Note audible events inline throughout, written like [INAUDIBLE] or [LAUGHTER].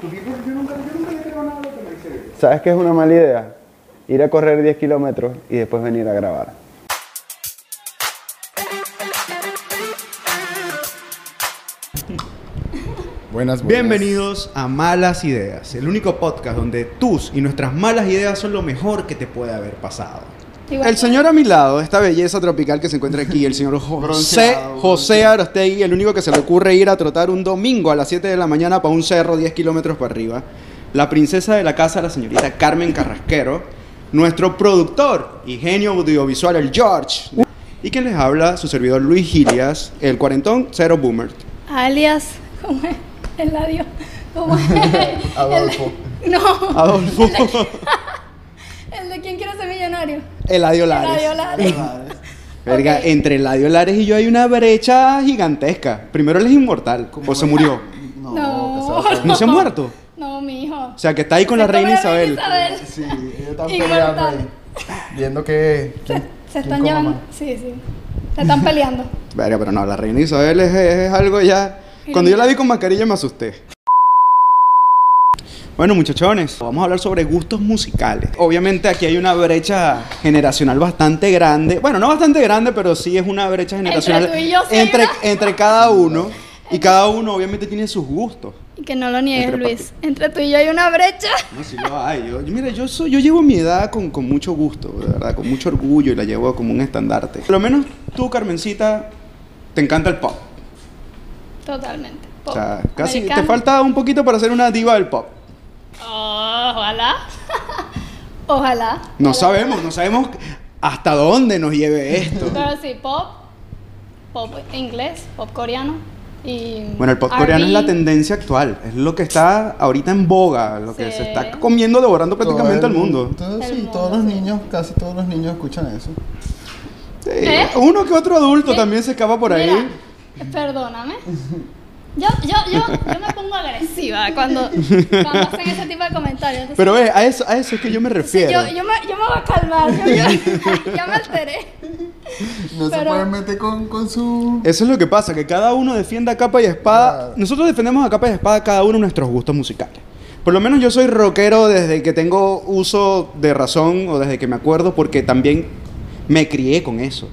tú dices, yo nunca, yo nunca le creo nada a lo que me dice él. ¿Sabes qué es una mala idea? Ir a correr 10 kilómetros y después venir a grabar. Buenas, buenas. Bienvenidos a Malas Ideas, el único podcast donde tus y nuestras malas ideas son lo mejor que te puede haber pasado. Igual El que- señor a mi lado, esta belleza tropical que se encuentra aquí, el señor José, Bronceado, José Arostegui, el único que se le ocurre ir a trotar un domingo a las 7 de la mañana para un cerro 10 kilómetros para arriba. La princesa de la casa, la señorita Carmen Carrasquero. Nuestro productor y genio audiovisual, el George. Y quien les habla, su servidor Luis Gilias, el cuarentón cero boomer. Alias, [LAUGHS] ¿cómo es? El labio. [LAUGHS] ¿Cómo es? Adolfo. El- [LAUGHS] no. [LAUGHS] Adolfo. El de quién quiere ser millonario. Eladio Lares. Eladio Lares. Verga, Ok. entre Eladio Lares y yo hay una brecha gigantesca. Primero él es inmortal, o se murió. No. [LAUGHS] ¿No se ha muerto? No, mi hijo. O sea, que está ahí con la reina Isabel. Isabel. Sí, ellos están Inmortal. peleando ahí. Viendo que. Se, quién- se quién están coma llevando. más. Sí, sí. Se están peleando. Verga, pero no, la reina Isabel es, es- es algo ya... Cuando yo la vi con mascarilla me asusté. Bueno, muchachones, vamos a hablar sobre gustos musicales. Obviamente aquí hay una brecha generacional bastante grande. Bueno, no bastante grande, pero sí es una brecha generacional tú y yo sí hay entre, una. entre cada [LAUGHS] uno. Y cada uno obviamente tiene sus gustos. Y que no lo niegues, Entre Luis. Entre tú y yo hay una brecha. No, si lo hay. Yo, yo- mira, yo, soy, yo llevo mi edad con, con mucho gusto, de verdad, con mucho orgullo y la llevo como un estandarte. Por lo menos tú, Carmencita, te encanta el pop. Totalmente. O Pop. sea, casi Americano. te falta un poquito para ser una diva del pop. Oh, ojalá. [LAUGHS] ojalá. No sabemos, no sabemos hasta dónde nos lleve esto. Pero sí, pop, pop inglés, pop coreano y... Bueno, el pop R&B. coreano es la tendencia actual, es lo que está ahorita en boga, lo que Sí. se está comiendo, devorando prácticamente Todo al mundo. todo- El sí, mundo, todos los sí. niños, casi todos los niños escuchan eso. Sí. ¿Eh? Uno que otro adulto Sí. también se escapa por ahí. Mira, perdóname. Yo, yo, yo, yo me pongo agresiva cuando, cuando hacen ese tipo de comentarios. Entonces, Pero eh, a eso, a eso es que yo me sí, refiero. yo, yo, me, yo me voy a calmar, yo, yo- ya me alteré. No se Pero- pueden meter con, con su. Eso es lo que pasa, que cada uno defiende a capa y espada. Claro. Nosotros defendemos a capa y espada cada uno nuestros gustos musicales. Por lo menos yo soy rockero desde que tengo uso de razón o desde que me acuerdo, porque también me crié con eso.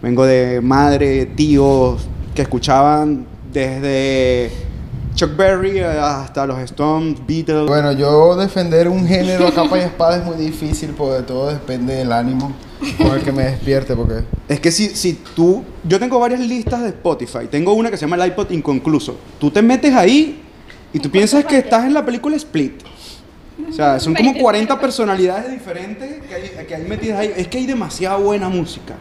Vengo de madre, tíos que escuchaban desde Chuck Berry hasta los Stones, Beatles. Bueno, yo defender un género a capa y espada es muy difícil porque todo depende del ánimo con el que me despierte. Porque Es que si, si tú. Yo tengo varias listas de Spotify. Tengo una que se llama el iPod Inconcluso. Tú te metes ahí y tú piensas que estás en la película Split. O sea, son como 40 personalidades diferentes que hay, que hay metidas ahí. Es que hay demasiada buena música.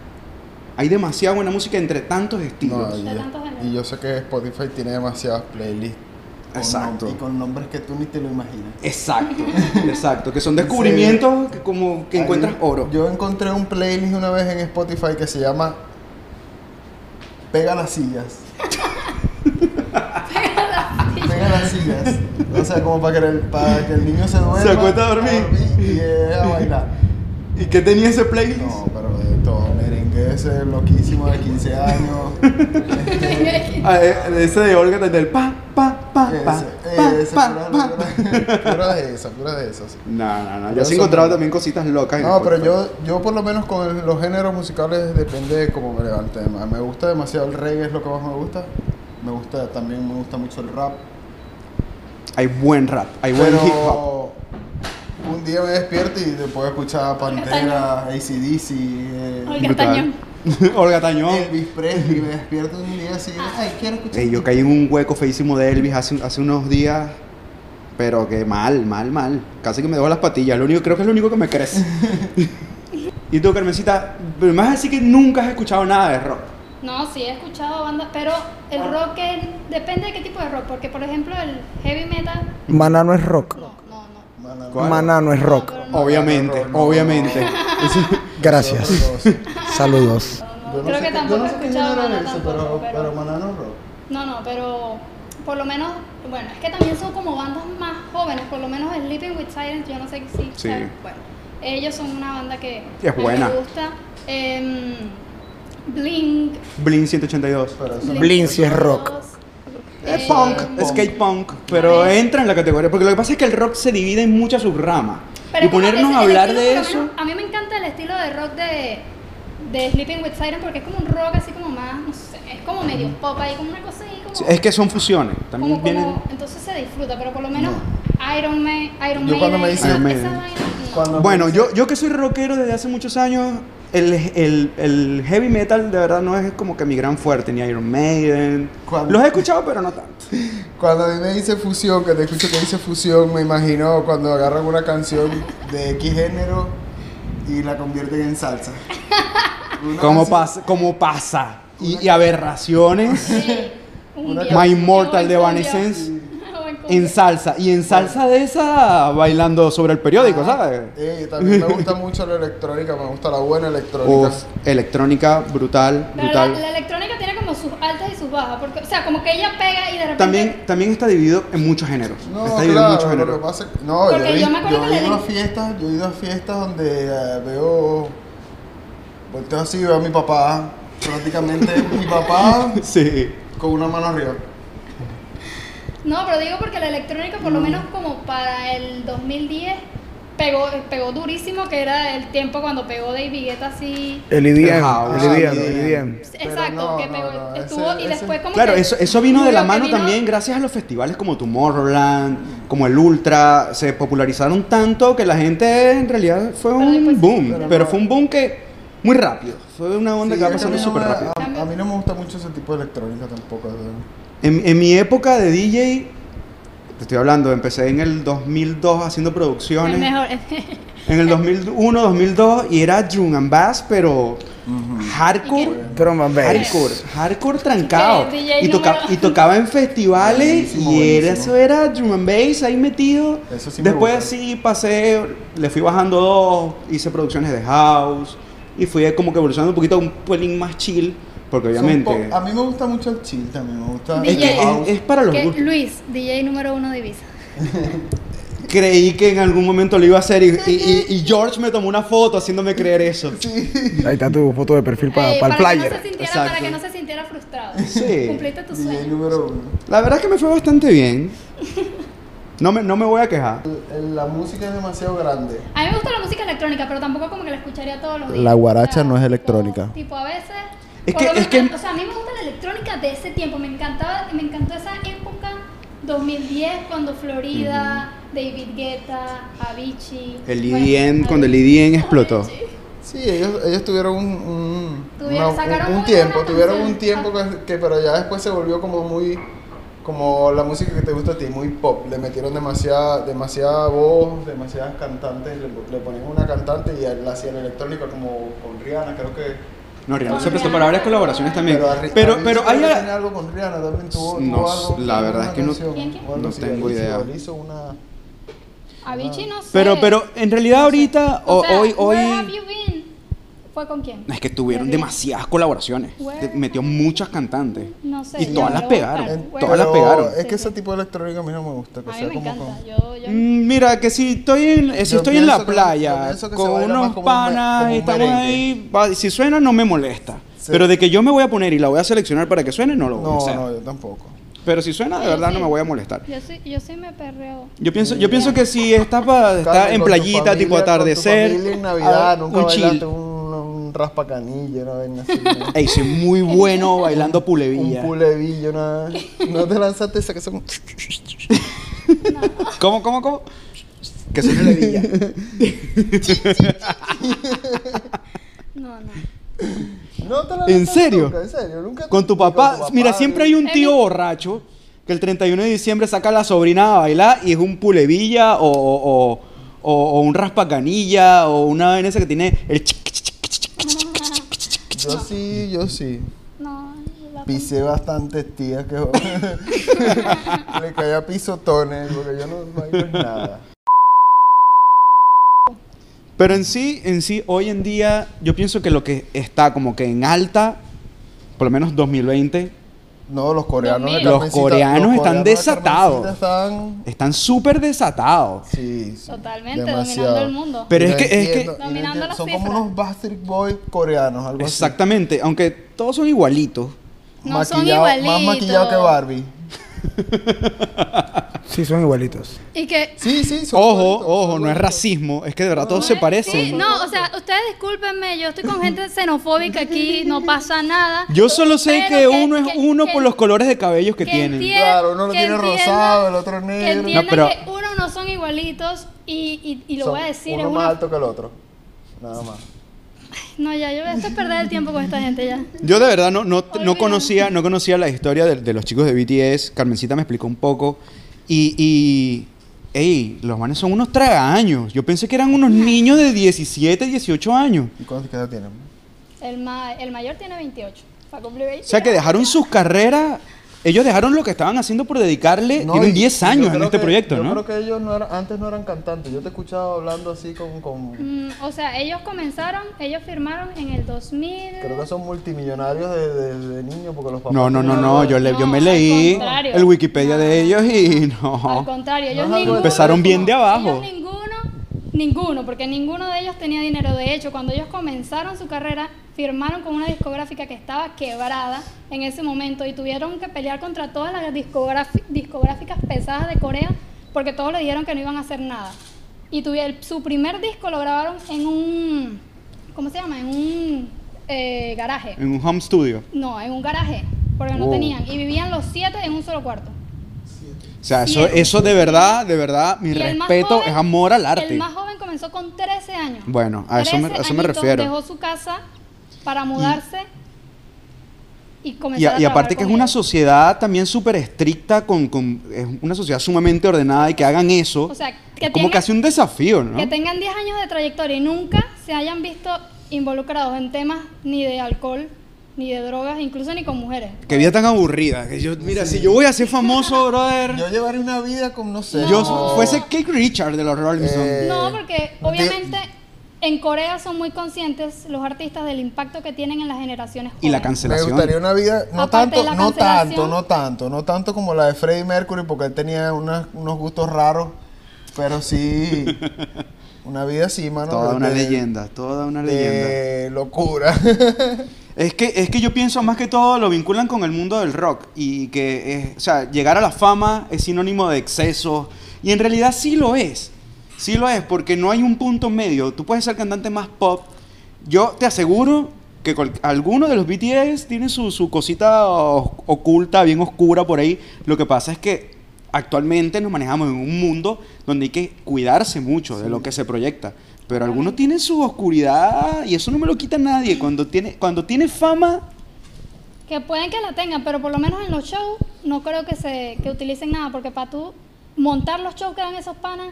Hay demasiada buena música entre tantos no, estilos. y, De tantos géneros. y yo sé que Spotify tiene demasiadas playlists. con Exacto. nom- Y con nombres que tú ni te lo imaginas. Exacto, exacto. Que son descubrimientos que como que Ahí- encuentras oro. Yo encontré un playlist una vez en Spotify que se llama Pega las sillas. Pega las sillas. O sea, como para que el, para que el niño se duerma. Se acueste a dormir. Y es a bailar. ¿Y qué tenía ese playlist? No, pero de todo. Merengue ese loquísimo de 15 años. Ah, eh, ese de Olga, desde el pa, pa, pa, pa, pa, Ese, ese, pa, pa. pura- pura de esas, pura de esas. No, no, no. Yo Pero sí he son- encontrado también cositas locas. en No, pero Spotify. yo, yo por lo menos con el- los géneros musicales depende de cómo me levante. Me- Me gusta demasiado el reggae, es lo que más me gusta. Me gusta también, me gusta mucho el rap. Hay buen rap, hay buen hip hop. Pero un día me despierto y te puedo escuchar Pantera, ACDC, eh, Olga Tañón. [LAUGHS] Olga Tañón. Elvis Presley. Me despierto un día así, ay, quiero escuchar. Ey, yo caí en un hueco feísimo de Elvis hace, hace unos días. Pero que mal, mal, mal. Casi que me dejo las patillas. Lo único, creo que es lo único que me crece. [LAUGHS] y tú, Carmencita, pero más así que nunca has escuchado nada de rock. No, sí, he escuchado bandas, pero el rock es- depende de qué tipo de rock, porque por ejemplo el heavy metal, Maná no es rock. no, no, no. Maná, ¿Cuál? Maná no es No, rock. pero no. Obviamente, No, no, no, obviamente. Gracias. otra cosa. Saludos. Yo no Creo sé que qué- tampoco yo no he sé qué escuchado género Maná es ese, tampoco, pero, pero- pero Maná no es rock. No, no, pero por lo menos, bueno, es que también son como bandas más jóvenes, por lo menos Sleeping with Silence, yo no sé si. Sí. saben, Bueno, ellos son una banda que Y es que buena. me gusta. Em, Blink, Blink 182. Pero eso Blink sí es rock. dos, Eh, skate punk, pero entra en la categoría. Porque lo que pasa es que el rock se divide en muchas subramas. Pero Y es como que ponernos el a hablar estilo, de por lo eso. menos, a mí me encanta el estilo de rock de, de Sleeping with Siren porque es como un rock así como más, no sé, es como medio pop ahí, como una cosa ahí como... Sí, Es que son fusiones. También como, vienen. como- entonces se disfruta, pero por lo menos Iron Man, Iron Yo cuando me Maiden, dicen- esa- Iron esa Maiden. vaina, no. Cuando Bueno, yo, yo que soy rockero desde hace muchos años, el, el- el heavy metal de verdad no es como que mi gran fuerte, ni Iron Maiden. ¿Cuándo? Los he escuchado, pero no tanto. Cuando a mí me dice fusión, que te escucho que dice fusión, me imagino cuando agarran una canción de X género y la convierten en salsa. Una Como canción- pasa? como pasa? Y, y [LAUGHS] aberraciones Sí, [LAUGHS] un Una dios, My Immortal un de dios. [LAUGHS] Evanescence. Un dios. en salsa. Y en salsa de esa bailando sobre el Ah. periódico, ¿sabes? Ah, Eh, también me [LAUGHS] gusta mucho la electrónica, me gusta la buena electrónica. Uf, electrónica, brutal, Pero la, brutal. la electrónica tiene como sus altas y sus bajas, porque, o sea, como que ella pega y de repente... También, también está dividido en muchos géneros. No, está dividido en muchos claro, lo que géneros. pasa es que- No, Porque yo, he yo vi- me acuerdo yo que he le ido a di- fiestas, yo he ido a fiestas donde eh, veo, volteo así y veo a mi papá, prácticamente mi papá [LAUGHS] Sí. con una mano arriba. No, pero digo porque la electrónica, por lo Mm. menos como para el 2010, pegó, pegó durísimo, que era el tiempo cuando pegó David Guetta así. El IDM, house, el IDM, IDM. el IDM. Pero Exacto, no, que no, pegó, no, ese- estuvo y ese- después como Claro, que- eso, eso vino de la lo que mano vino- también gracias a los festivales como Tomorrowland, como el Ultra, se popularizaron tanto que la gente en realidad fue Pero un después- boom, Pero pero no. fue un boom que muy rápido, fue una onda Sí, que va es a pues, pasando mí no súper me- rápido. A, a mí no me gusta mucho ese tipo de electrónica tampoco. ¿no? En, en mi época de DJ, te estoy hablando, empecé en el 2002 haciendo Es producciones. mejor. [LAUGHS] En el 2001, 2002 y era drum and bass, pero hardcore, Drum and bass. hardcore, Pues. hardcore trancado. Que el DJ Y, toca- número- y tocaba en festivales Buenísimo, y era- eso buenísimo. era drum and bass ahí metido. Eso sí me Después gusta. sí pasé, le fui bajando dos, hice producciones de house y fui como que evolucionando un poquito a un pelín más chill, porque Son obviamente po- ah. A mí me gusta mucho el chill también, me gusta es, que DJ. el es- house. es para los Que gustos. Luis, DJ número uno de Ibiza. Creí que en algún momento lo iba a hacer y, y- y- y George me tomó una foto haciéndome creer eso. Ahí está tu foto de perfil para Eh, el para, que no se player. sintiera, Exacto. para que no se sintiera frustrado. Sí. Cumpliste tu DJ sueño. número uno. La verdad es que me fue bastante bien. No me, no me voy a quejar. El- el- La música es demasiado grande. A mí me gusta la música electrónica, pero tampoco como que la escucharía todos los días. La guaracha O sea, no es tipo- electrónica. Tipo, a veces. Es por que- lo es menos- que- O sea, a mí me gusta la electrónica de ese tiempo. Me encantaba, me encantó esa época 2010 cuando Florida, David Guetta, Avicii. El bueno, IDN, cuando el IDN explotó. Sí, ellos, ellos tuvieron un, un, Tuvieron- una- sacaron un muy tiempo, buenas tuvieron un canciones. tiempo que, que- pero ya después se volvió como muy, como la música que te gusta a ti, muy pop. Le metieron demasiada, demasiada voz, demasiadas cantantes, le, le ponían una cantante y la hacían electrónica como con Rihanna, creo que. No, Rihanna se prestó para varias colaboraciones también. a Ri- Pero, a pero Rizzo creo hay que a- tiene algo con Rihanna también, tuvo, No tuvo s- la algo, tuvo verdad una es que no- canción, ¿Quién, quién? o algo no así, tengo él hizo- idea. él hizo una... Avicii no sé. pero, pero en realidad ahorita, O o- sea, hoy, hoy... Where have you been? ¿Fue con quién? Es que tuvieron demasiadas colaboraciones. Where- Metió muchas cantantes. No sé. Y ya, todas lo las voy a pegaron, buscar. todas Where- las Pero pegaron. Es que Ah, Sí, sí. ese tipo de electrónica a mí no me gusta. que A mí sea me como con- encanta. Yo, yo Mm, Mira, que si estoy en, eh, si Yo estoy en pienso la que- yo playa pienso que se con baila más unos como un me- panas como y un estamos merengue. ahí, va- si suena no me molesta. Sí. Pero de que yo me voy a poner y la voy a seleccionar para que suene, no lo voy a No, hacer. no, yo tampoco. Pero si suena, de Sí, verdad no sí. me voy a molestar. Yo sí, yo sí me perreo. Yo pienso, yo pienso que si estás pa- está Carmen, en con tu playita, familia, tipo con tu atardecer, familia en Navidad, ah, nunca un bailaste chill. un, un raspacanilla, una vaina así. ¿no? Ey, soy muy bueno bailando un pulevilla. pulevillo, una... No te lanzaste esa que son... ¿Cómo, cómo, cómo? Que soy pulevilla. [LAUGHS] No, no. No te la ¿En lanzaste serio? Nunca, en serio, nunca. Con tu papá, mira, siempre hay un tío mi- borracho que el 31 de diciembre saca a la sobrina a bailar y es un pulevilla o, o, o- o- o un raspacanilla o una vaina esa que tiene el chic, chic, chic, chic. Yo sí, yo sí. No, la- Pisé bastantes tías que... [LAUGHS] Le caía pisotones porque yo no bailo en nada. Pero en sí, en sí, hoy en día, yo pienso que lo que está como que en alta, por lo menos 2020, No, los coreanos de Los Carmencita- coreanos están de Carmencita desatados. Están... están súper desatados. Sí, sí, Totalmente, demasiado. dominando el mundo. Pero Y es no que- es que- entiendo, y no Dominando entiendo. las Son cifras. como unos Bastard Boys coreanos, algo así. Exactamente, aunque todos son igualitos. No son Maquillado- Más igualitos. maquillado que Barbie. Sí, son igualitos. Y que. Sí, sí, son Ojo, igualitos, ojo, son no es igualitos. racismo. Es que de verdad todos se parecen. Sí, no, o sea, ustedes discúlpenme, yo estoy [LAUGHS] con gente xenofóbica aquí, no pasa nada. Yo solo sé que, Pero uno es que- uno que- por los colores de cabellos que, tienen. entiendan- Claro, uno lo que tiene entiendan- rosado, el otro negro. Que entiendan No, pero- que uno no son igualitos y, y, y lo Son voy a decir. Uno es más una- alto que el otro. Nada más. No, ya, yo voy a estar perder el tiempo con esta [LAUGHS] gente ya. Yo de verdad no, no, no Olvídate. conocía, no conocía la historia de, de los chicos de BTS. Carmencita me explicó un poco. Y, y ey, los manes son unos tragaños. Yo pensé que eran unos niños de 17, 18 años. ¿Y cuántos que edad tienen? El, ma- el mayor tiene 28. Para cumplir O sea, que dejaron sus carreras. Ellos dejaron lo que estaban haciendo por dedicarle. No, tienen y- 10 y yo años en creo este que- proyecto, Yo ¿no? creo que ellos no eran, antes no eran cantantes. Yo te he escuchado hablando así con... con Mm, o sea, ellos comenzaron, ellos firmaron en el 2000. Creo que son multimillonarios desde de, de niños porque los papás... No, no, no, no. Yo, le, yo No, me al leí contrario. el Wikipedia de ellos y [LAUGHS] Al no. contrario, ellos Ajá, ninguno, Empezaron bien de abajo. ellos ninguno, ninguno, porque ninguno de ellos tenía dinero. De hecho, cuando ellos comenzaron su carrera, firmaron con una discográfica que estaba quebrada en ese momento y tuvieron que pelear contra todas las discografi- discográficas pesadas de Corea porque todos le dijeron que no iban a hacer nada. Y tuvieron, su primer disco lo grabaron en un, ¿cómo se llama? En un eh, garaje. En un home studio. No, en un garaje, porque no Wow. tenían. Y vivían los siete en un solo cuarto. O sea, eso, Siete. eso de verdad, de verdad, mi Y el más respeto joven- es amor al arte. El más joven comenzó con 13 años. Bueno, a eso me- 13 a eso me añitos, refiero. Dejó su casa para mudarse y, comenzar Y, a- a y trabajar aparte que es con una ellos. sociedad también súper estricta, con, con- es una sociedad sumamente ordenada y que hagan eso. O sea, que es como tenga- casi un desafío, ¿no? Que tengan 10 años de trayectoria y nunca se hayan visto involucrados en temas ni de alcohol, ni de drogas, incluso ni con mujeres. Qué vida tan aburrida. Que yo, mira, si yo voy a ser [LAUGHS] famoso, brother, Yo llevaré una vida con, no sé... yo como- fuese Kate Richard de los Rolling Stones. Eh, No, porque de- obviamente en Corea son muy conscientes los artistas del impacto que tienen en las generaciones y la jóvenes. Me cancelación. gustaría una vida, no Aparte tanto, de la no tanto, cancelación. no tanto, no tanto como la de Freddie Mercury, porque él tenía unas- unos gustos raros, pero sí, [LAUGHS] una vida sí, mano. Toda de- una de- leyenda, toda una leyenda. De locura. [LAUGHS] Es que, es que yo pienso más que todo lo vinculan con el mundo del rock y que, es- o sea, llegar a la fama es sinónimo de excesos y en realidad sí lo es, sí lo es porque no hay un punto medio. Tú puedes ser cantante más pop. Yo te aseguro que cual- alguno de los BTS tiene su, su cosita os- oculta, bien oscura por ahí. Lo que pasa es que actualmente nos manejamos en un mundo donde hay que cuidarse mucho de lo que se proyecta. Pero algunos tienen su oscuridad y eso no me lo quita nadie. Cuando tiene, cuando tiene fama, Que pueden que la tengan, pero por lo menos en los shows no creo que se que utilicen nada, porque para tú montar los shows que dan esos panas,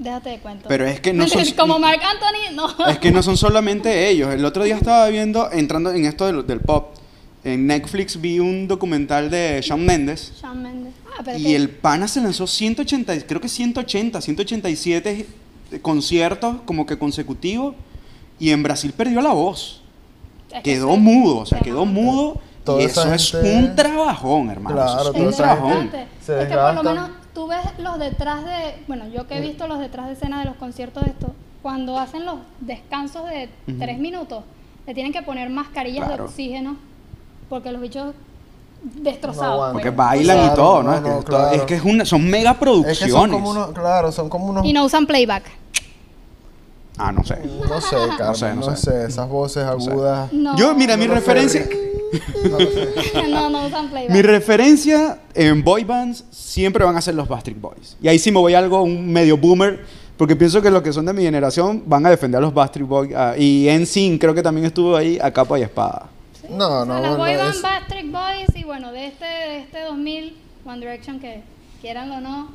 déjate de cuento. Pero es que [LAUGHS] no son- Como Marc Anthony, no. [LAUGHS] es que no son solamente ellos. El otro día estaba viendo, entrando en esto del, del pop, en Netflix vi un documental de Shawn Mendes. [LAUGHS] Shawn Mendes. Ah, pero Y que- el pana se lanzó 180, y- creo que 180, 187 conciertos como que consecutivos. Y en Brasil perdió la voz. es que Quedó sí. mudo, o sea, Ajá. quedó mudo. Toda y esa eso es gente- un trabajón, hermano. eso Claro, Es es un toda esa trabajón. desgastante. Se Es que por lo desgastan. menos tú ves los detrás de. Bueno, yo que he visto los detrás de escena de los conciertos de esto, cuando hacen los descansos de Ujú. tres minutos, le tienen que poner mascarillas Claro. de oxígeno, porque los bichos No destrozados. aguantan. pues. Porque bailan y Claro, todo, ¿no? no, Es que no, es todo- claro. Es que es una, son mega producciones. es que son como unos, claro, son como unos, Y no, no usan playback. [LAUGHS] Ah, no sé. sé, Carmen, no sé, no sé. esas voces sé. agudas. No. Yo, mira, mi No lo sé, referencia. no lo sé. no, no usan playback. Mi referencia en boy bands siempre van a ser los Backstreet Boys. Y ahí sí me voy a algo un medio boomer, porque pienso que los que son de mi generación van a defender a los Backstreet Boys. ah, y NSYNC creo que también estuvo ahí a capa y espada. No, O sea, no, las no, boy band, es- Backstreet Boys y bueno, de este, de este 2000, One Direction, que quieran o no,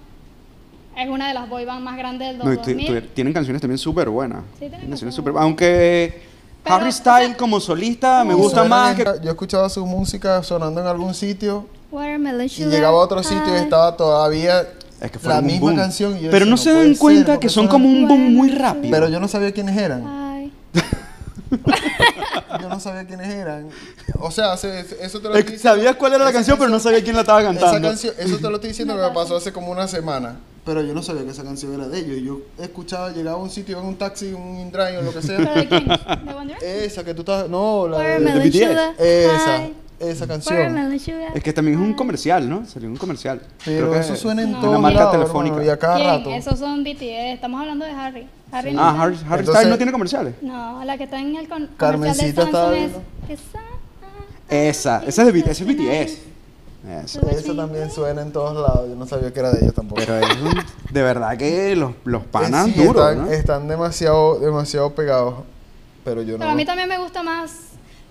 es una de las boy band más grandes del No, y tu- 2000. tu- tienen canciones también súper buenas. tienen canciones canciones súper buenas. Aunque Pero, Harry o sea, Styles como solista Ah, me y gusta suenan más en- que... Yo escuchaba su música sonando en algún sitio Watermelon y Sugar, llegaba a otro sitio y High. estaba todavía Es que la fueron un misma boom. canción. y yo Pero decía, no se puede dan ser, cuenta porque que son suena- como un boom Bueno, muy sí. rápido. Pero yo no sabía quiénes eran. Ay. Yo no sabía quiénes eran. O sea, se- eso te lo Es estoy que diciendo- Sabías cuál era la esa canción, pero no sabía quién la estaba Esa cantando. canción, eso te lo estoy diciendo que me pasó hace como una semana. Pero yo no sabía que esa canción era de ellos. Y Yo escuchaba, llegaba a un sitio, en un taxi, un indrive o lo que ¿Pero sea. [LAUGHS] de quién? ¿De One Direction? esa que tú estás. No, la Eh, de- Watermelon BTS. Sugar, Esa. High. esa canción. Watermelon Sugar. Es que también es un comercial, ¿no? Salió un comercial. Creo Pero que- eso suena en No. todo Una marca lado, telefónica. hermano, y a cada ¿Quién? rato. Esos son BTS. Estamos hablando de Harry. Harry no Ah, está- Harry, Harry Styles Entonces- no tiene comerciales. No, la que está en el con Carmencita estaba comercial de Samsung viendo. es... Esa- Esa, esa es de BTS. Esa es BTS. Eso. Eso también suena en todos lados. Yo no sabía que era de ellos tampoco. Pero es un- de verdad que los, los panas Eh, sí, duros, están, ¿no? están demasiado, demasiado pegados. Pero yo no. Pero a mí también me gusta más.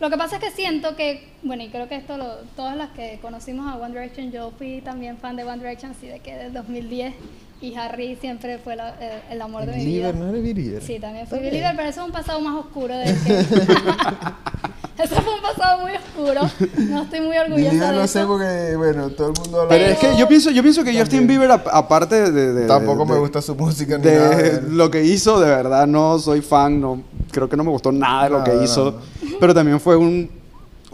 Lo que pasa es que siento que, bueno, y creo que esto, lo- todas las que conocimos a One Direction, yo fui también fan de One Direction, así de que del 2010, y Harry siempre fue la- el, el amor de mi vida. Believer, ¿no eres believer? Sí, también fui believer, pero eso es un pasado más oscuro [LAUGHS] de que- [LAUGHS] eso fue un pasado muy oscuro. No estoy muy orgullosa Believer de no eso. sé porque, bueno, todo el mundo habla Pero de es que yo pienso, yo pienso que Justin Bieber, a- aparte de, de- de- Tampoco me de- gusta su música ni de nada. de él. lo que hizo, de verdad, no soy fan, no creo que no me gustó nada de lo No, que no, hizo, pero también fue un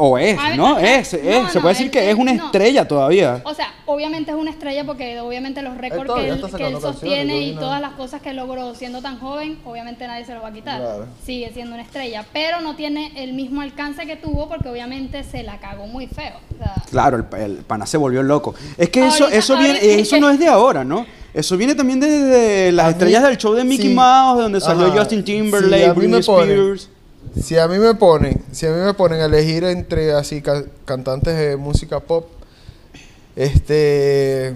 o es, A ver, ¿no? no, Es, es, no, se no, puede decir él- que es una él- no. estrella todavía. O sea, obviamente es una estrella porque obviamente los récords que todavía él, está que él sacando sostiene canciones, y yo vi una- todas las cosas que logró siendo tan joven, obviamente nadie se los va a quitar. Claro. Sigue siendo una estrella, pero no tiene el mismo alcance que tuvo porque obviamente se la cagó muy feo. O sea, Claro, el, el pana se volvió loco. Es que eso Ahorita- eso viene ahorita- eso no es de ahora, ¿no? Eso viene también desde las A mí- estrellas del show de Mickey sí. Mouse, de donde salió Ajá. Justin Sí, Timberlake, a mí Britney me ponen. Spears. Si a mí me ponen, si a mí me ponen a elegir entre así ca- cantantes de música pop, este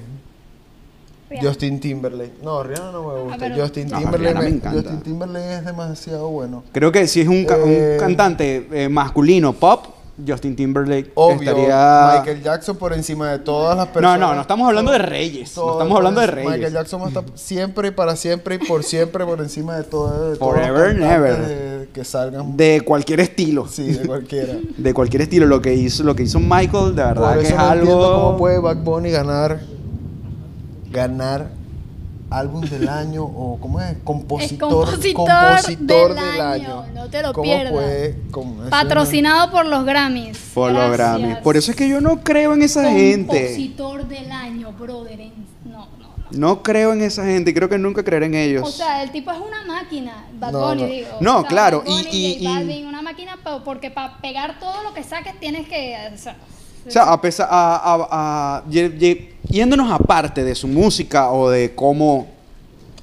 Rihanna. Ah, Justin Timberlake. No, Rihanna no me gusta. pero- Justin No, Timberlake, Rihanna me me- encanta. Justin Timberlake es demasiado bueno. Creo que si es un, ca- un Eh, cantante eh, masculino pop, Justin Timberlake Obvio, estaría Michael Jackson por encima de todas las No, personas. no, no estamos hablando de reyes, no Todo estamos hablando de por enci- reyes. Michael Jackson está siempre, para siempre y por siempre por encima de todo. de todos los Forever, never. cantantes de- que salgan. de cualquier estilo. sí, de cualquiera. De cualquier estilo, lo que hizo, lo que hizo Michael, de verdad Por que eso es no entiendo algo. cómo puede Bad Bunny ganar ganar álbum del año o cómo es compositor compositor del año, no te lo ¿Cómo pierdas. puede- cómo- eso no- Patrocinado por los Grammys. Por los Grammys. Por eso es que yo no creo en esa gente. Compositor del año, brother. en- No, no, no. No creo en esa gente y creo que nunca creeré en ellos. O sea, el tipo es una máquina, Bad No, Bunny, no. digo. No, O sea, claro, Bad Bunny, y- y- J y- Balvin, una máquina, pa- porque para pegar todo lo que saques tienes que... o sea, O sea, a pesar, a- a- a- ye- ye- yéndonos aparte de su música o de cómo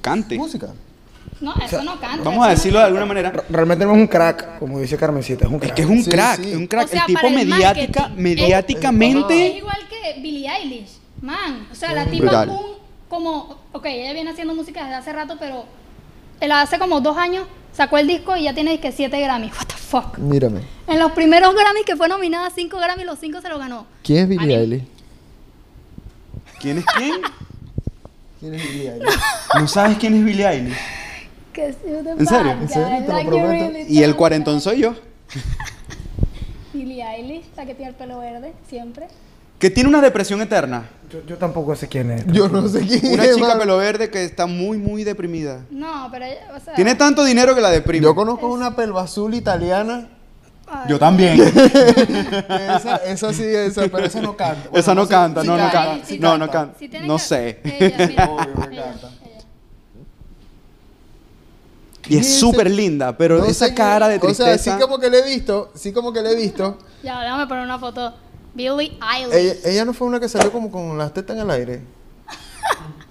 cante, música No, eso no canta. vamos a eso decirlo de alguna manera, Realmente no es un crack, como dice Carmencita, es un es crack. que es un Sí, crack, sí. es un crack. O sea, el tipo para el mediática, marketing. No. Es mediáticamente, igual que Billie Eilish, man. O sea, la Sí. tipa Brutal. un- como... Ok, ella viene haciendo música desde hace rato, pero... él Hace como dos años sacó el disco y ya tiene que siete Grammys. What the fuck. mírame En los primeros Grammys que fue nominada a cinco Grammys, los cinco se los ganó. quién es Billie Billie A mí- Eilish ¿quién es quién? quién es Billie Eilish ¿No sabes quién es Billie Eilish? ¿En ¿En serio? ¿En serio? Te lo prometo. Y el cuarentón soy yo. Billie Eilish, la que tiene el pelo verde, siempre. Que tiene una depresión eterna. Yo, yo tampoco sé quién es. yo no sé quién Una es chica mano. pelo verde que está muy, muy deprimida. No, pero ella, o sea... Tiene tanto dinero que la deprime. yo conozco una pelva azul italiana ay, también. [LAUGHS] que esa, esa sí esa pero esa no canta Bueno, Esa no sé- canta, sí no, no Billie canta. Eilish sí No, no canta. Sí tiene No que- sé. Ella, [LAUGHS] mira, Obvio que ella, canta. ella. Y es súper linda, pero No esa sé cara de quién- tristeza. o sea sí como que le he visto sí como que le he visto Ya, déjame poner una foto. Billie Eilish. ella, ella no fue una que salió como con las tetas en el aire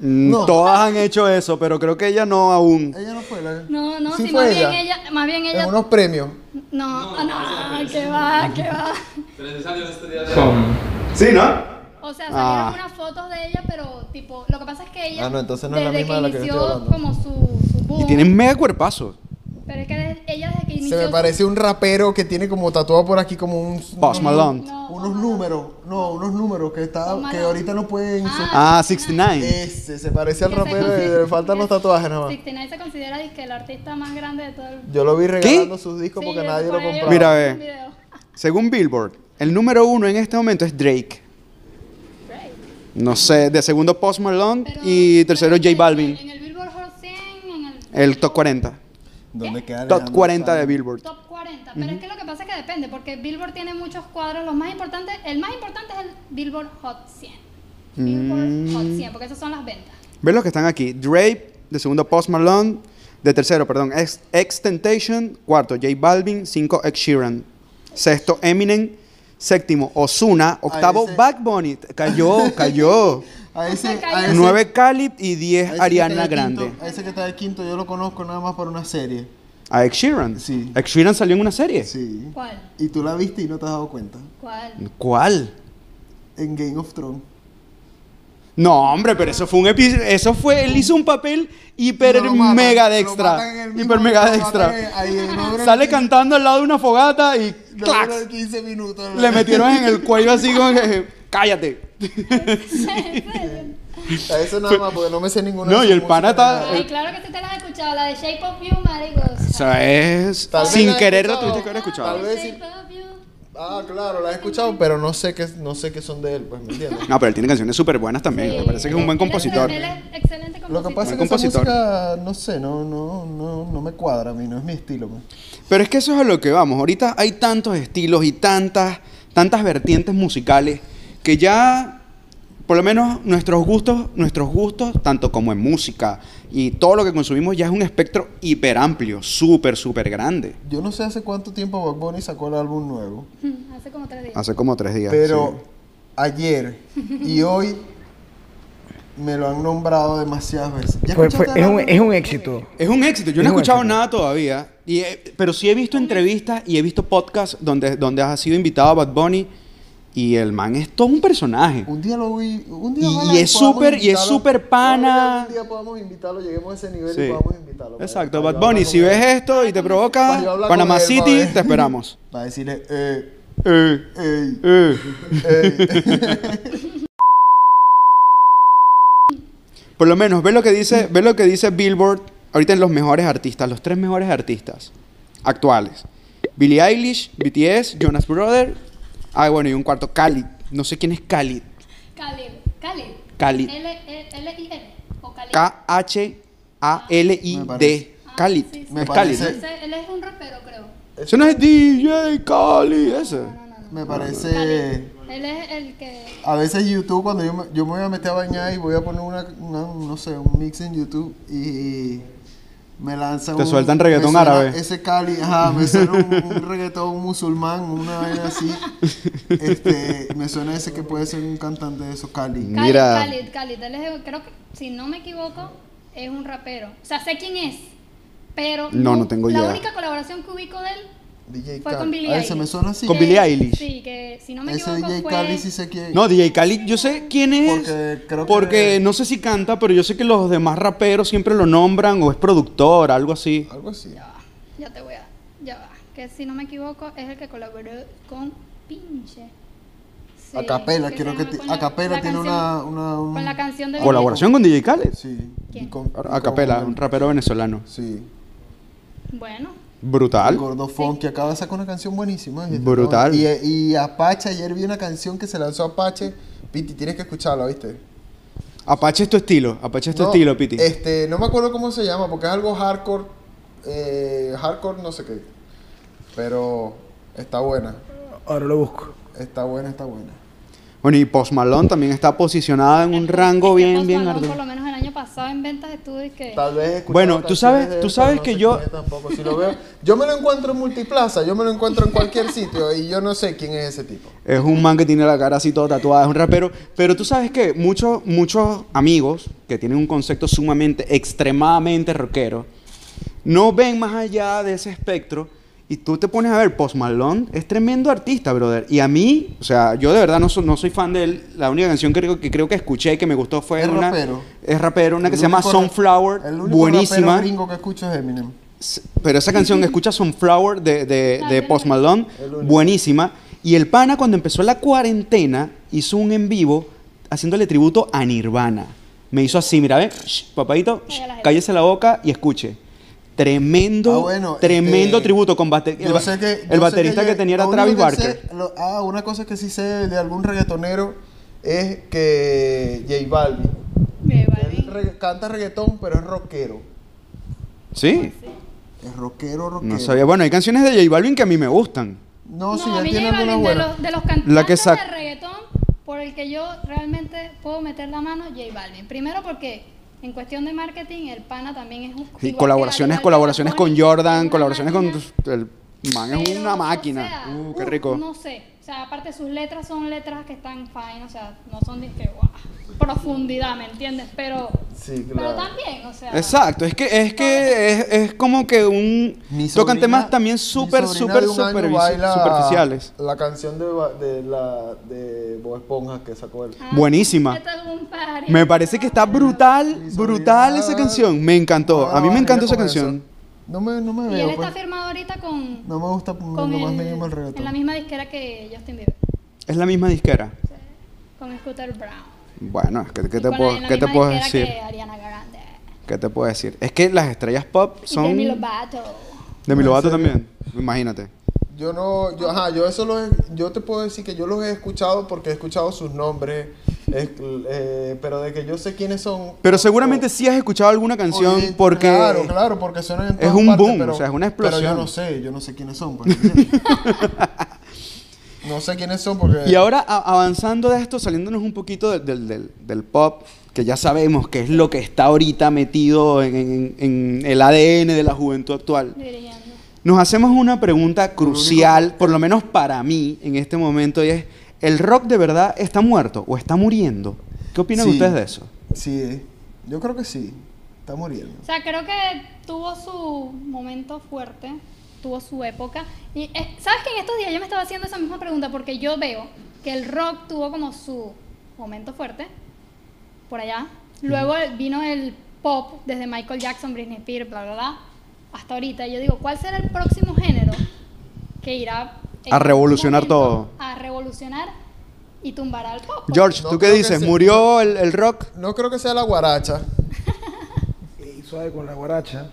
Mm, No. Todas han hecho eso, pero creo que ella no aún. Ella no fue la. No, no, Sí si fue más ella. bien ella, más bien ella. En unos premios. No, ah, no, que va, que va. Sí, ¿no? O sea, salieron Ah. unas fotos de ella, pero tipo, lo que pasa es que ella Ah, no, entonces no es la desde misma que de la que yo inició estoy hablando. como su, su boom. Y tienen mega cuerpazo. Pero es que desde- ella desde que Se inició me su- parece un rapero que tiene como tatuado por aquí como un, Post Malone. No, unos ojalá. números. No, unos números que está Post que Malone. ahorita no pueden. Ah, Ah, 69. Ese se parece al Que se rapero consi- y le faltan los que tatuajes nada más. 69 se considera que el artista más grande de todo el Yo lo vi regalando sus discos Sí, porque yo- nadie lo por ahí compraba. vi Mira, un ve. video. Según Billboard, el número uno en este momento es Drake. Right. No sé, de segundo Post Malone Pero- y tercero pero J en- Balvin. En el Billboard Hot 100, en el El top 40. ¿Dónde queda Top Alejandro 40 de Sanz? Billboard. Top 40, pero es que lo que pasa es que depende, porque Billboard tiene muchos cuadros, los más importantes, el más importante es el Billboard Hot 100. Billboard Mm. Hot 100, porque esas son las ventas. ¿Ves los que están aquí? Drake, de segundo Post Malone, de tercero, perdón, Ex, Temptation, cuarto J Balvin, cinco Ed Sheeran, sexto Eminem, Séptimo, Osuna. Octavo, ese- Bad Bunny. Cayó, [LAUGHS] cayó. A ese, a ese, Nueve, Cali y diez, a ese que está Ariana de Grande. quinto- a ese que está de quinto, yo lo conozco nada más por una serie. A Ed Sheeran. Sí. Ed Sheeran salió en una serie. Sí. ¿Cuál? Y tú la viste y no te has dado cuenta. ¿Cuál? ¿Cuál? En Game of Thrones. No, hombre, pero eso fue un episodio. Eso fue. Él hizo un papel hiper No lo matan, mega lo de extra. matan en el mismo- Hiper mega lo de matan extra. en- ahí, no duran Sale quince- cantando al lado de una fogata y. no ¡clac! duran 15 minutos. Le [LAUGHS] metieron en el cuello así como que. ¡Cállate! A eso nada más, porque no me sé ninguna. No, de y sus el pana músicas, está- nada. Ay, claro que sí te la has escuchado, la de Shape of You, marico. o sea. Eso es. Tal vez la Sin he querer lo escuchado. tuviste que haber escuchado. Tal vez sí. Shape of You. Ah, claro, la he escuchado, pero no sé qué, no sé qué son de él, pues, ¿me entiendes? No, pero él tiene canciones súper buenas también. Me Sí. parece que es un buen Él es- compositor. Él es excelente compositor. Lo que pasa es que Buen compositor. esa música, no sé, no, no, no, no me cuadra a mí, no es mi estilo. pues. Pero es que eso es a lo que vamos. Ahorita hay tantos estilos y tantas, tantas vertientes musicales que ya, por lo menos nuestros gustos, nuestros gustos, tanto como en música y todo lo que consumimos, ya es un espectro hiper amplio, súper, súper grande. Yo no sé hace cuánto tiempo Bad Bunny sacó el álbum nuevo, Mm, [LAUGHS] Hace como tres días. Hace como tres días. pero sí. ayer y hoy me lo han nombrado demasiadas veces. ¿Ya Fue- fue- escuchaste es, el un, álbum? es un éxito. Es un éxito. Yo no Es he un escuchado éxito. nada todavía, y, eh, pero sí he visto entrevistas y he visto podcasts donde, donde ha sido invitado a Bad Bunny y el man es todo un personaje. Un día lo vi, un día Y- ojalá y es podamos súper- y es invitarlo. súper pana. Ojalá Un día podamos invitarlo, lleguemos a ese nivel Sí. y podamos invitarlo. para- Exacto, Bad para yo hablar Bunny, con si él. ves esto y te Para yo provoca hablar con Panamá él, City, ¿sabes? te esperamos. [LAUGHS] Para decirle, eh, Eh, ey, eh. Por lo menos, ve lo que dice, ve lo que dice Billboard ahorita en los mejores artistas, los tres mejores artistas actuales. Billie Eilish, BTS, Jonas Brother. Ah, bueno, y un cuarto, Khalid. No sé quién es Khalid. Khalid. Khalid. Khalid. E, L-I-L. O Khalid. K H A L I D. Me parece. Ah, Khalid. sí, sí. Me Es Khalid. parece- ¿no? Ese- Él es un rapero, creo. Eso no es DJ Khalid, ese. me parece... Khalid. Eh. Él es el que. A veces YouTube, cuando yo me, yo me voy a meter a bañar y voy a poner una, una- no sé, un mix en YouTube y me lanzan... Te un- sueltan me reggaetón suena árabe. Ese Cali, ajá, me suena un, un reggaetón musulmán, una vaina así. Este, me suena ese que puede ser un cantante de esos Cali. Khalid, Mira. Khalid, Khalid. Él es, creo que, si no me equivoco, es un rapero. O sea, sé quién es. Pero. No, no tengo la idea. La única colaboración que ubico de él. DJ Fue Cali. con Billie A ese Eilish. me suena así. Con que- Billie Eilish. Sí, que si no me ese equivoco. DJ fue... Cali sí sé quién. No, DJ Khalid, yo sé quién es. Porque creo que- porque no sé si canta, pero yo sé que los demás raperos siempre lo nombran o es productor, algo así. Algo así. Ya te voy a. Ya va. Que si no me equivoco, es el que colaboró con Pinche. Sí, a capela, que quiero se que... llama ti- con A la- capela la tiene canción- una... una un- Con la canción de. Colaboración con DJ Khaled. Sí. y ¿Quién? con- y A capela, con- un rapero venezolano. Sí. Bueno, Brutal. Gordo Funk, que acaba de sacar una canción buenísima. ¿viste? Brutal. Y, y Apache, ayer vi una canción que se lanzó Apache. Piti, tienes que escucharla, ¿viste? Apache es tu estilo. Apache es tu No, estilo, Piti. Este, no me acuerdo cómo se llama, porque es algo hardcore. eh, hardcore no sé qué. Pero está buena. Ahora lo busco. Está buena, está buena. Bueno, y Post Malone también está posicionada en un Es que- rango es que bien, Post bien Malone, arduo. Por lo menos el año pasado en ventas estuve y que. Tal vez he escuchado Bueno, tú canciones sabes- de tú él, sabes pero que sé yo- quién es tampoco. Si lo veo- [LAUGHS] yo me lo encuentro en multiplaza, yo me lo encuentro en cualquier sitio y yo no sé quién es ese tipo. Es un man que tiene la cara así toda tatuada, es un rapero. Pero tú sabes que muchos, muchos amigos que tienen un concepto sumamente, extremadamente rockero, no ven más allá de ese espectro. Y tú te pones a ver, Post Malone es tremendo artista, brother. Y a mí, o sea, yo de verdad no, so- no soy fan de él. La única canción que creo, que creo que escuché y que me gustó fue Es una... rapero. Es rapero, una que El se llama único ra- Sunflower, El único buenísima. rapero gringo que escucho es Eminem. S- Pero esa canción, escucha Sunflower de, de, de Post Malone, El único. buenísima. Y el pana, cuando empezó la cuarentena, hizo un en vivo haciéndole tributo a Nirvana. Me hizo así, mira, ve, shh, papadito, shh, Ay, a la gente. cállese la boca y escuche. Tremendo, Ah, bueno, tremendo este, tributo con bate- el, Yo ba- sé que- yo sé el baterista que, yo- tenía era lo Travis único que sé- Barker. lo- ah, una cosa que sí sé de algún reggaetonero es que J Balvin. me va Él bien. regga- canta reggaetón, pero es rockero. Sí, Ah, Es rockero, rockero. no sabía. Bueno, hay canciones de J Balvin que a mí me gustan. No, sí, a él mí tiene J alguna Balvin, de buena. los, de los cantantes La que sac- de reggaetón por el que yo realmente puedo meter la mano, J Balvin. Primero porque en cuestión de marketing, el pana también es un. Y igual que colaboraciones, Balvin, colaboraciones Balvin, con Jordan, una colaboraciones con... máquina. El man es Pero, una o máquina. sea, Uh, qué uh, rico. No sé. O sea, aparte sus letras son letras que están fine, o sea, no son de que, guau, profundidad, ¿me entiendes? Pero, Sí, pero claro. también, o sea. Exacto, es que es que es, es como que un Mi tocan sobrina- temas también mi súper sobrina súper de un año superfici- baila superficiales. La canción de, ba- de la de Bob Esponja que sacó él. ah, buenísima. ¿qué tal un party? Me parece que está brutal, Mi sobrina- brutal esa canción. Me encantó. A mí Ah, me encantó ella esa con eso. canción. No me, no me Y veo. él está pues. firmado ahorita con, No me gusta lo con más el- mínimo el en la reggaetón. misma disquera que Justin Bieber, Es la misma disquera. con Scooter Brown. Bueno, es que- ¿qué, Y te con la- puedo, en la ¿qué te misma puedo disquera decir? que Ariana Grande. ¿Qué te puedo decir? Es que las estrellas pop Y son Demi de Lovato. mi Lovato también. Imagínate. Yo no, yo, ajá, yo eso lo he- yo te puedo decir que yo los he escuchado porque he escuchado sus nombres, es- eh, pero de que yo sé quiénes son. Pero seguramente sí has escuchado alguna canción porque Claro, claro, porque suenan en es todas un partes, boom, pero- o sea, es una Pero explosión. yo no sé, yo no sé quiénes son. pues, [LAUGHS] ¿entiendes? no sé quiénes son porque. Y ahora a- avanzando de esto, saliéndonos un poquito del, del- del- del pop, que ya sabemos que es lo que está ahorita metido en, en- en el ADN de la juventud actual, Dirigiendo. nos hacemos una pregunta crucial, por lo menos para mí en este momento, y es, ¿el rock de verdad está muerto o está muriendo? ¿Qué opinan Sí. ustedes de eso? Sí, yo creo que sí. Está muriendo. O sea, creo que tuvo su momento fuerte, tuvo su época. Y eh, sabes que en estos días yo me estaba haciendo esa misma pregunta porque yo veo que el rock tuvo como su momento fuerte, por allá. Luego vino el pop desde Michael Jackson, Britney Spears, bla, bla, bla, hasta ahorita. Y Yo digo, ¿cuál será el próximo género que irá en A algún revolucionar momento todo. A revolucionar y tumbará al pop. George, No ¿tú qué creo que dices? se- ¿Murió el, el rock? No creo que sea la guaracha. Y suave con la guaracha.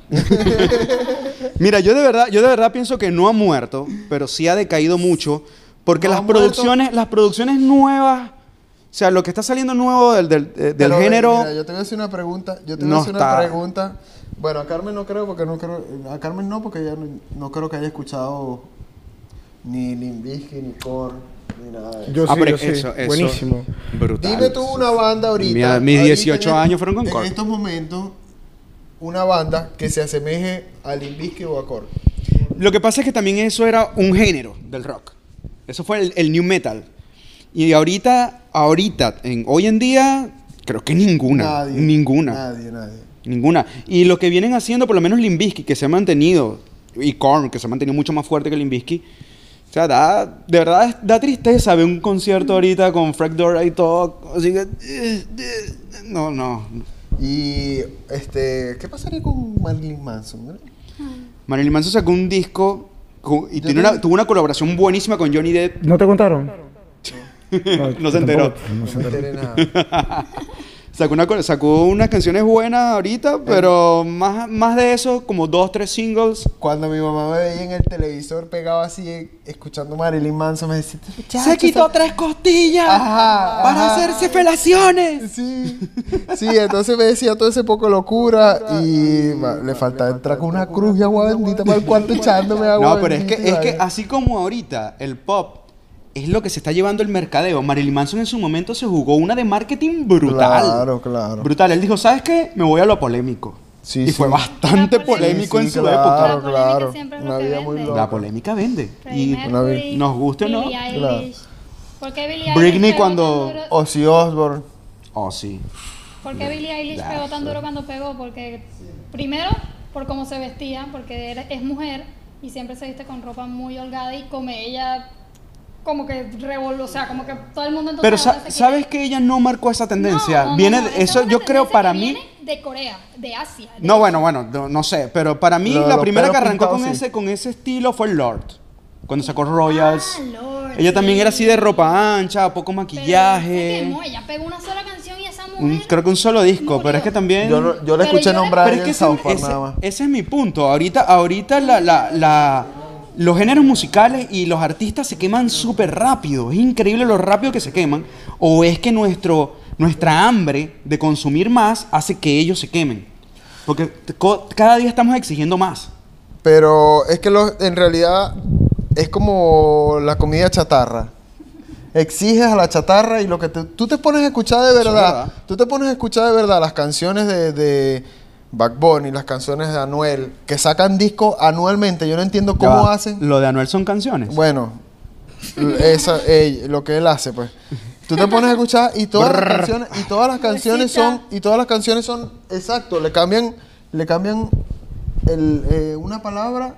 Mira, yo de verdad, yo de verdad pienso que no ha muerto, pero sí ha decaído mucho, porque No ha las producciones, las producciones nuevas, o sea, lo que está saliendo nuevo del, del- eh, del Pero, género, mira, yo te voy a hacer una pregunta. Yo te voy no a hacer está. una pregunta. Bueno, a Carmen no creo porque no creo. A Carmen no porque ella no, no creo que haya escuchado ni Limbisky, ni Korn, ni nada de eso. Yo Ah, sí, pero yo sí. eso- eso- Buenísimo. brutal. Dime tú una banda ahorita. Mira, mis ahorita 18 en- este- años fueron con En Korn. estos momentos, una banda que se asemeje a Limbisky o a Korn. Lo que pasa es que también eso era un género del rock. Eso fue el, el new metal. Y ahorita, ahorita, en, hoy en día, creo que ninguna, Nadie. ninguna. Nadie, nadie. Ninguna. Y lo que vienen haciendo, por lo menos Limbisky, que se ha mantenido, y Korn, que se ha mantenido mucho más fuerte que Limbisky, o sea, da, de verdad da tristeza ver un concierto ahorita con Frank Dora y todo. Así que. eh, eh, No, no. Y este, ¿qué pasaría con Marilyn Manson? eh? Marilyn Manson sacó un disco con- y Yo tiene no- una- tuvo una colaboración buenísima con Johnny Depp. ¿No te contaron? [LAUGHS] No, No se enteró. tampoco, no No se me enteró. enteré nada. Sacó, una, co- sacó unas canciones buenas Eh. ahorita, pero más, más de eso, como dos, tres singles. Cuando mi mamá me veía en el televisor pegaba así, eh, escuchando Marilyn Manson, me decía, se quitó tres costillas Ajá, para ajá. hacerse felaciones. Sí, sí, entonces me decía todo ese poco locura y ma- le faltaba entrar con una cruz y agua bendita para el cuarto echándome agua No, pero es que, bendita y es que vaina. así como ahorita el pop es lo que se está llevando el mercadeo. Marilyn Manson en su momento se jugó una de marketing brutal. Claro, claro. Brutal. Él dijo, ¿sabes qué? Me voy a lo polémico. Sí, y sí. fue bastante La polémica. polémico Sí, en sí, su claro, La polémica claro. siempre es lo Una que vida muy vende. época. loca. La polémica vende. Freddie Y una vez- Mercury, nos guste o no. Billie Eilish. pues, Claro. ¿Por qué Billie Eilish Britney pegó cuando- tan duro? Ozzy Osbourne. Oh, sí. ¿Por qué Billie Eilish Ya, pegó tan sí. duro cuando pegó? Porque primero por cómo se vestía, porque era- es mujer y siempre se viste con ropa muy holgada y como ella como que revoló, o sea, como que todo el mundo entonces Pero sa- ahora se quiere- sabes que ella no marcó esa tendencia. No, no, viene no, de- esa es eso, una yo creo tendencia para que mí. viene de Corea, de Asia. de No, Asia. bueno, bueno, no, no sé, pero para mí Lo de la los primera que pelos arrancó con pintados, sí. ese con ese estilo fue Lord. Cuando sacó Royals. Ah, Lord, ella también era sí. así de ropa ancha, poco Pero maquillaje. se quemó, ella pegó una sola canción y esa mujer Un- creo que un solo disco, pero es que murió. también. Yo, no- yo la Pero escuché yo le- nombrar pero es en que ese, South Park ese- nada más. ese es mi punto. Ahorita, ahorita la, la- la- los géneros musicales y los artistas se queman súper rápido. Es increíble lo rápido que se queman. O es que nuestro, nuestra hambre de consumir más hace que ellos se quemen. Porque t- co- cada día estamos exigiendo más. Pero es que los, en realidad es como la comida chatarra. Exiges a la chatarra y lo que te- tú te pones a escuchar de es verdad, verdad. tú te pones a escuchar de verdad las canciones de, de Backbone y las canciones de Anuel, que sacan discos anualmente. Yo no entiendo Ya cómo va. hacen. Lo de Anuel son canciones. Bueno, esa, ey, lo que él hace, pues. Tú te pones a escuchar y todas las canciones, y todas las canciones son, y todas las canciones son, exacto, le cambian, le cambian el, eh, una palabra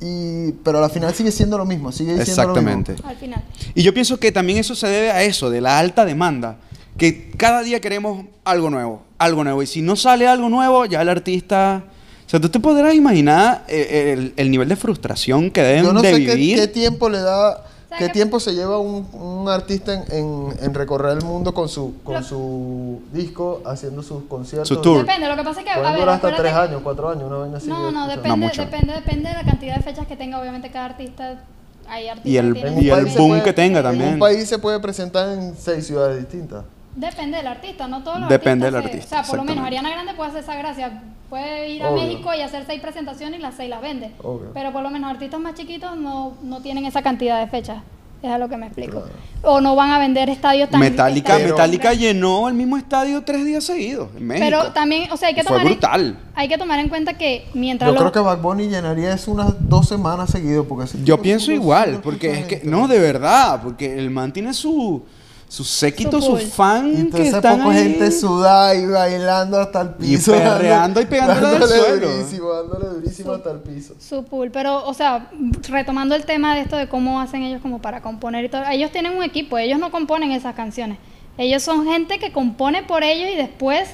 y, pero al final sigue siendo lo mismo, sigue diciendo Exactamente. lo mismo. Al final. Y yo pienso que también eso se debe a eso, de la alta demanda. Que cada día queremos algo nuevo, algo nuevo. Y si no sale algo nuevo, ya el artista... O sea, tú te podrás imaginar eh, el, el nivel de frustración que deben Yo no de sé qué, vivir. qué tiempo le da, sea, qué que- tiempo se lleva un, un artista en, en- en recorrer el mundo con su, con Lo- su disco, haciendo sus conciertos. Su tour. Depende, lo que pasa es que. a Pueden ver, durar hasta acuérdate tres que- años, cuatro años, una vaina así. No, yo no, escuchaba. depende, mucho. depende, depende de la cantidad de fechas que tenga, obviamente, cada artista. Hay artistas Y el- que tienen y el mucho país más. se boom que tenga en también. un país se puede presentar en seis ciudades distintas. Depende del artista, no todos los Depende del se- artista, o sea, por lo menos exactamente. Ariana Grande puede hacer esa gracia. Puede ir a Obvio. México y hacer seis presentaciones y las seis las vende. Obvio. Pero por lo menos artistas más chiquitos no, no tienen esa cantidad de fechas. Es a lo que me explico. O no van a vender estadios tan Metallica, tan- Metallica llenó el mismo estadio tres días seguidos en México. Pero también, o sea, hay que Y fue tomar en- brutal. hay que tomar en cuenta que mientras Yo lo- creo que Bad Bunny llenaría eso unas dos semanas seguido. Porque así- Yo pienso Unos igual, cinco, porque es cinco que, gente. no, de verdad, porque el man tiene su, su séquito, Su su, pool. Y fan que entonces están poco ahí. gente sudada y bailando hasta el piso. dando- perreando y pegándole al suelo. durísimo, dándole durísimo hasta el piso. Su pool, pero, o sea, retomando el tema de esto de cómo hacen ellos como para componer y todo, ellos tienen un equipo, ellos no componen esas canciones. Ellos son gente que compone por ellos y después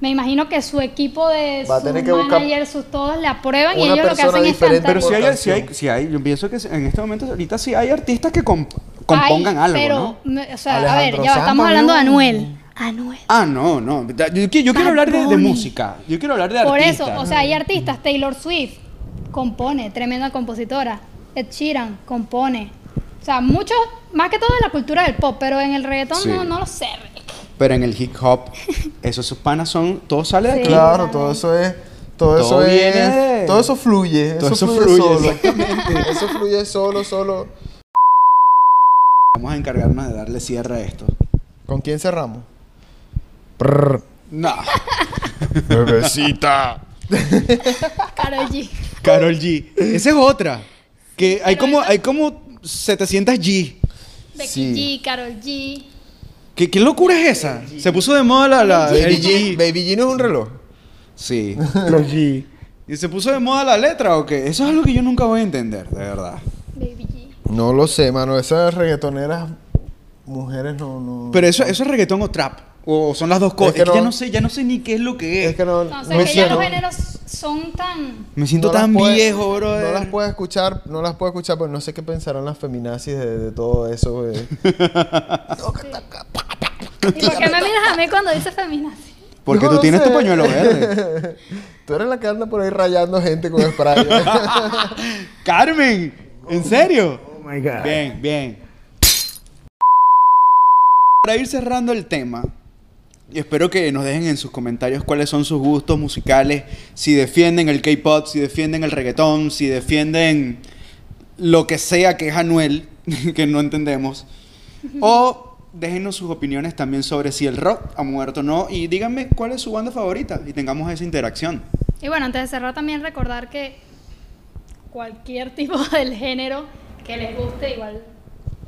me imagino que su equipo de Va a sus tener que buscar managers, sus todos le aprueban y una ellos lo que persona hacen es diferente, cantar. Pero si hay, si hay, canción. si hay, yo pienso que en este momento ahorita sí hay artistas que comp- compongan Ay, algo, pero, ¿no? me- o sea, a Alejandro ver, ya va, estamos Sanz, hablando de ¿no? Anuel. Anuel. Ah, no, no. da- Yo, qui- yo quiero Bad hablar de, de Bunny. música. Yo quiero hablar de Por artistas. eso, o sea, hay artistas, Taylor Swift compone, tremenda compositora, Ed Sheeran compone. O sea, mucho, más que todo de la cultura del pop, pero en el reggaetón Sí. no, no lo sé. [LAUGHS] Rick. Pero en el hip [LAUGHS] hop, esos, esos panas son, todo sale de Sí. aquí. Claro, todo eso es. Todo, Todo eso es. viene de- Todo eso fluye. Todo eso eso fluye, fluye, solo. exactamente. [LAUGHS] eso fluye solo, solo. Vamos a encargarnos de darle cierre a esto. ¿Con quién cerramos? [LAUGHS] No. Karol G. Carol G. Esa es otra. Que hay como, hay como 700 G. Becky Sí. G, Karol G. ¿Qué, qué locura es esa? Se puso de moda la, la- Baby el [LAUGHS] G. G. Baby G no es un reloj. Sí. Los G. ¿Y se puso de moda la letra o qué? Eso es algo que yo nunca voy a entender, de verdad. Baby G. No lo sé, mano. Esas reggaetoneras mujeres no. no Pero eso, eso es reggaetón o trap. O son las dos cosas. que Es que ya no- no sé, ya no sé ni qué es lo que es. Es que no. No, o no sea, que ya sé, los no- géneros son tan... Me siento no las tan puedo- viejo, bro. eh. No las puedo escuchar, no las puedo escuchar, pero no sé qué pensarán las feminazis de, de todo eso. eh. [LAUGHS] güey. ¿Y por qué me miras a mí cuando dices feminazi? Porque No tú lo tienes sé. tu pañuelo [LAUGHS] verde. Tú eres la que anda por ahí rayando gente con spray. eh. [LAUGHS] Carmen, ¿en serio? Oh my God. Bien, bien. Para ir cerrando el tema, y espero que nos dejen en sus comentarios cuáles son sus gustos musicales, si defienden el K-pop, si defienden el reggaetón, si defienden lo que sea que es Anuel, [LAUGHS] que no entendemos. O déjenos sus opiniones también sobre si el rock ha muerto o no, y díganme cuál es su banda favorita y tengamos esa interacción. Y bueno, antes de cerrar también recordar que cualquier [LAUGHS] tipo del género que les guste igual.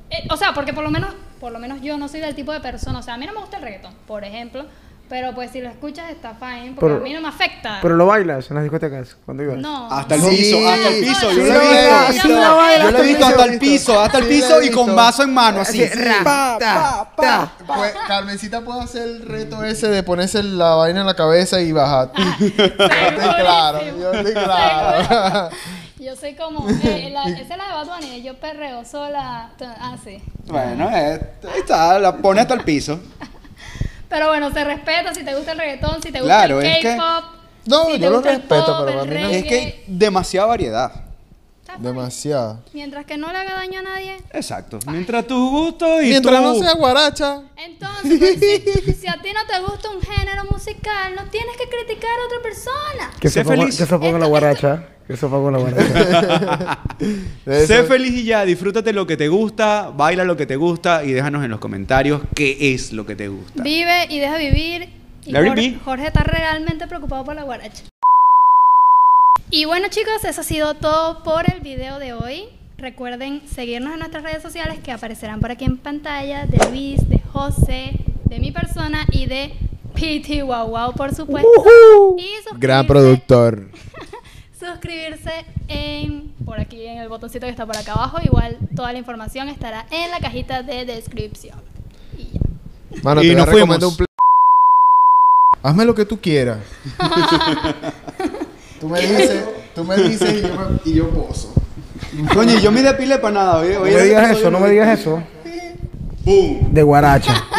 eh, o sea, porque por lo menos, por lo menos yo no soy del tipo de persona. O sea, a mí no me gusta el reggaetón, por ejemplo. Pero pues si lo escuchas está fine, porque Pero- a mí no me afecta. Pero lo bailas en las discotecas cuando ibas. no. Ah, Hasta el no. piso, hasta el Sí, piso, sí yo lo lo he baila, visto. sí lo baila, Yo lo he visto hasta el piso, hasta el Sí lo piso he y con visto. vaso en mano, así. ra, ta, ta. [LAUGHS] Pues, Carmencita puede hacer el reto ese de ponerse la vaina en la cabeza y bajar. [LAUGHS] Ah, [LAUGHS] Yo estoy claro, yo [LAUGHS] estoy claro. Yo soy como, [LAUGHS] eh, la- esa es la de Bad Bunny, eh, yo perreo sola, t- ah, así. Bueno, eh, ahí está, la pone hasta el piso. Pero bueno, se respeta si te gusta el reggaetón, si te gusta Claro, el es que- K-pop. No, si te yo lo gusta el respeto, pop, pero el a mí no- reggae, Es que demasiada variedad. está fine. Demasiado. Mientras que no le haga daño a nadie. Exacto. Mientras tu gusto y Mientras tu- no sea guaracha. Entonces, pues, [LAUGHS] si, si a ti no te gusta un género musical, no tienes que criticar a otra persona. Que Sé se ponga, feliz. que se ponga la guaracha. Que se ponga la guaracha. Debe Sé ser- feliz y ya, disfrútate lo que te gusta, baila lo que te gusta y déjanos en los comentarios qué es lo que te gusta. Vive y deja vivir. Y Larry Jor- B. Jorge, está realmente preocupado por la guaracha. Y bueno chicos, eso ha sido todo por el video de hoy. Recuerden seguirnos en nuestras redes sociales que aparecerán por aquí en pantalla, de Luis, de José, de mi persona y de Piti Wow Wow, por supuesto. Y suscribirse- Gran productor. Suscribirse en, por aquí en el botoncito que está por acá abajo. Igual toda la información estará en la cajita de descripción. Y ya. Mano, Y te voy a nos fuimos. recomendar un pl- Hazme lo que tú quieras. tú me dices, tú me dices y yo, me- y yo pozo. Coño, y yo me depilé para nada, [LAUGHS] oye. No me digas eso, no me digas eso. ¡Bum! De guaracha.